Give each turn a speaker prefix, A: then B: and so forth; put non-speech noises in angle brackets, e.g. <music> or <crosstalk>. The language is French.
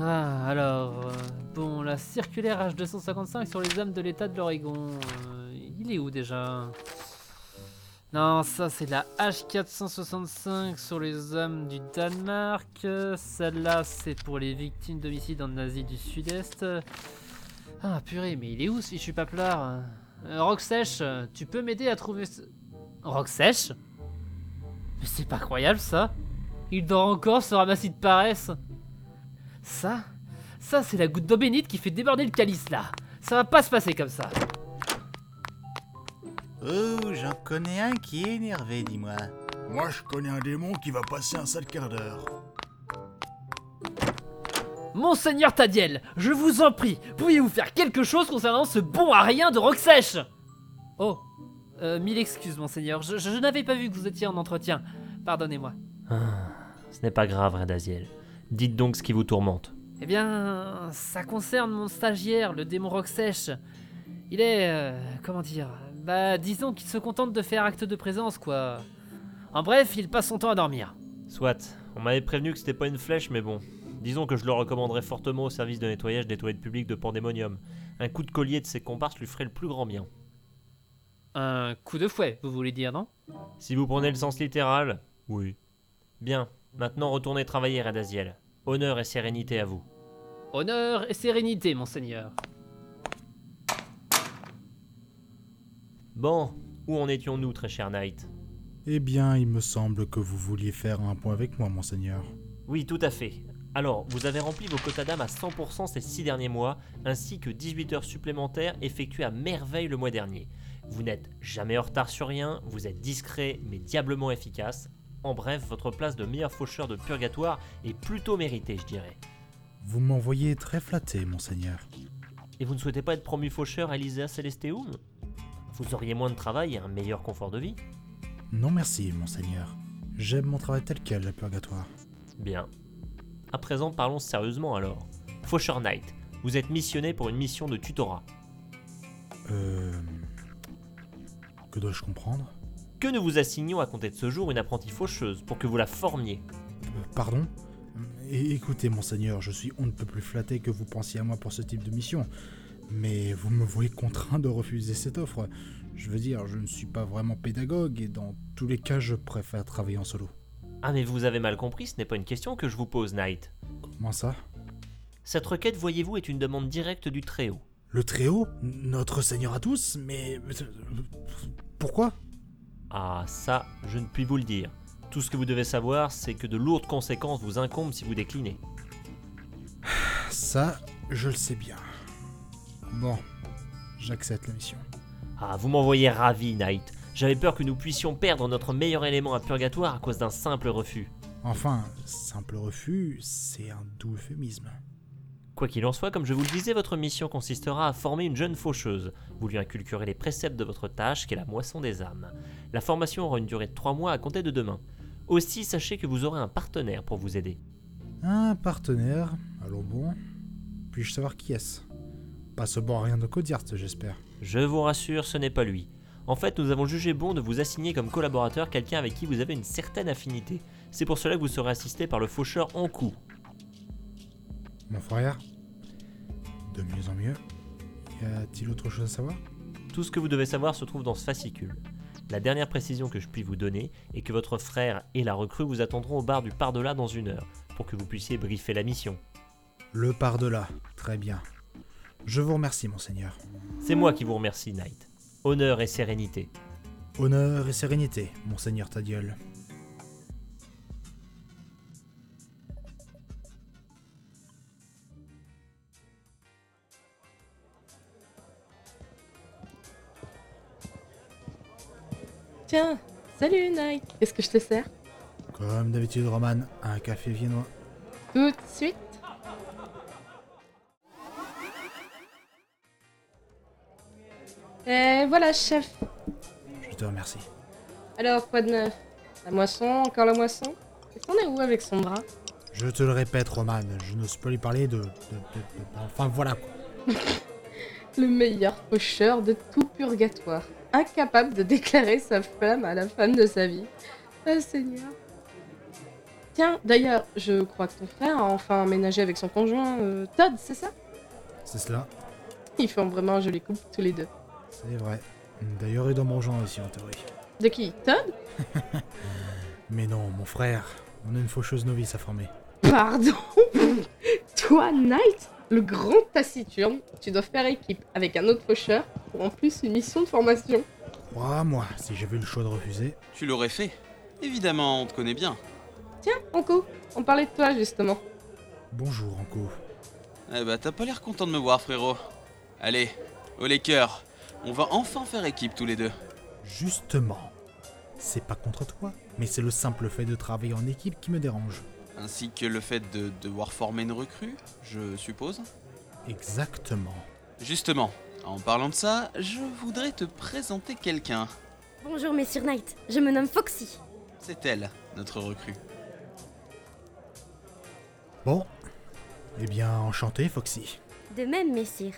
A: Ah, euh, circulaire H255 sur les hommes de l'État de l'Oregon. Euh, il est où déjà Non, ça c'est la H465 sur les hommes du Danemark. Euh, Celle-là c'est pour les victimes d'homicides en Asie du Sud-Est. Ah purée, mais il est où si je suis pas plard euh, Rock Sèche, tu peux m'aider à trouver ce... Rock Sèche Mais c'est pas croyable ça Il dort encore ce ramassis de paresse Ça ça, c'est la goutte d'eau bénite qui fait déborder le calice là. Ça va pas se passer comme ça.
B: Oh, j'en connais un qui est énervé, dis-moi.
C: Moi, je connais un démon qui va passer un sale quart d'heure.
A: Monseigneur Tadiel, je vous en prie, pourriez-vous faire quelque chose concernant ce bon à rien de Roxèche Oh, euh, mille excuses, monseigneur, je, je- je n'avais pas vu que vous étiez en entretien. Pardonnez-moi.
D: Ce n'est pas grave, Radaziel. Dites donc ce qui vous tourmente.
A: Eh bien, ça concerne mon stagiaire, le démon Roxèche. Il est. euh, comment dire Bah, disons qu'il se contente de faire acte de présence, quoi. En bref, il passe son temps à dormir.
D: Soit, on m'avait prévenu que c'était pas une flèche, mais bon. Disons que je le recommanderais fortement au service de nettoyage des toilettes publiques de Pandémonium. Un coup de collier de ses comparses lui ferait le plus grand bien.
A: Un coup de fouet, vous voulez dire, non
D: Si vous prenez le sens littéral, oui. Bien, maintenant retournez travailler, Radaziel. Honneur et sérénité à vous.
A: Honneur et sérénité, monseigneur.
D: Bon, où en étions-nous, très cher Knight
C: Eh bien, il me semble que vous vouliez faire un point avec moi, monseigneur.
D: Oui, tout à fait. Alors, vous avez rempli vos quotas d'âme à 100% ces 6 derniers mois, ainsi que 18 heures supplémentaires effectuées à merveille le mois dernier. Vous n'êtes jamais en retard sur rien, vous êtes discret mais diablement efficace. En bref, votre place de meilleur faucheur de purgatoire est plutôt méritée, je dirais.
C: Vous m'envoyez très flatté, monseigneur.
D: Et vous ne souhaitez pas être promu faucheur à Elisa Celesteum Vous auriez moins de travail et un meilleur confort de vie
C: Non merci, monseigneur. J'aime mon travail tel quel, le purgatoire.
D: Bien. À présent, parlons sérieusement alors. Faucheur Knight, vous êtes missionné pour une mission de tutorat.
C: Euh... Que dois-je comprendre
D: que nous vous assignons à compter de ce jour une apprentie faucheuse pour que vous la formiez.
C: Euh, Pardon É- Écoutez, monseigneur, je suis on ne peut plus flatté que vous pensiez à moi pour ce type de mission. Mais vous me voyez contraint de refuser cette offre. Je veux dire, je ne suis pas vraiment pédagogue et dans tous les cas, je préfère travailler en solo.
D: Ah mais vous avez mal compris, ce n'est pas une question que je vous pose, Knight.
C: Comment ça
D: Cette requête, voyez-vous, est une demande directe du Très-Haut.
C: Le Très-Haut Notre Seigneur à tous Mais... euh, Pourquoi
D: Ah ça, je ne puis vous le dire. Tout ce que vous devez savoir, c'est que de lourdes conséquences vous incombent si vous déclinez.
C: Ça, je le sais bien. Bon, j'accepte la mission.
D: Ah, vous m'envoyez ravi, Knight. J'avais peur que nous puissions perdre notre meilleur élément à purgatoire à cause d'un simple refus.
C: Enfin, simple refus, c'est un doux euphémisme.
D: Quoi qu'il en soit, comme je vous le disais, votre mission consistera à former une jeune faucheuse. Vous lui inculquerez les préceptes de votre tâche, qui est la moisson des âmes. La formation aura une durée de 3 mois à compter de demain. Aussi, sachez que vous aurez un partenaire pour vous aider.
C: Un partenaire, alors bon. Puis-je savoir qui est-ce Pas ce bon rien de Codiart, j'espère.
D: Je vous rassure, ce n'est pas lui. En fait, nous avons jugé bon de vous assigner comme collaborateur quelqu'un avec qui vous avez une certaine affinité. C'est pour cela que vous serez assisté par le faucheur en coup.
C: Mon frère De mieux en mieux. Y a-t-il autre chose à savoir
D: Tout ce que vous devez savoir se trouve dans ce fascicule. La dernière précision que je puis vous donner est que votre frère et la recrue vous attendront au bar du par-delà dans une heure, pour que vous puissiez briefer la mission.
C: Le par-delà, très bien. Je vous remercie, monseigneur.
D: C'est moi qui vous remercie, Knight. Honneur et sérénité.
C: Honneur et sérénité, monseigneur Tadiol.
E: Tiens, salut Nike Qu'est-ce que je te sers
C: Comme d'habitude, Roman, un café viennois.
E: Tout de suite Et Eh, voilà, chef.
C: Je te remercie.
E: Alors, quoi de neuf La moisson, encore la moisson Qu'est-ce qu'on est où avec son bras
C: Je te le répète, Roman, je n'ose pas lui parler de. de- de- de- enfin voilà quoi.
E: Le meilleur faucheur de tout purgatoire. Incapable de déclarer sa flamme à la femme de sa vie. Ah, Seigneur. Tiens, d'ailleurs, je crois que ton frère a enfin emménagé avec son conjoint euh, Todd, c'est ça
C: C'est cela,
E: Ils font vraiment un joli couple tous les deux.
C: c'est vrai. D'ailleurs, il est dans mon genre ici en théorie.
E: De qui Todd
C: Mais non, mon frère, on a une faucheuse novice à former.
E: Pardon <laughs> Toi, Knight Le grand taciturne, tu dois faire équipe avec un autre faucheur pour en plus une mission de formation.
C: Ouah, moi, si j'avais eu le choix de refuser.
F: Tu l'aurais fait Évidemment, on te connaît bien.
E: Tiens, Anko, on parlait de toi justement.
C: Bonjour, Anko.
F: Eh bah, t'as pas l'air content de me voir, frérot. Allez, au Laker, on va enfin faire équipe tous les deux.
C: Justement, c'est pas contre toi, mais c'est le simple fait de travailler en équipe qui me dérange.
F: Ainsi que le fait de devoir former une recrue, je suppose.
C: Exactement.
F: Justement, en parlant de ça, je voudrais te présenter quelqu'un.
G: Bonjour Messire Knight, je me nomme Foxy.
F: C'est elle, notre recrue.
C: Bon, eh bien, enchanté, Foxy.
G: De même, Messire.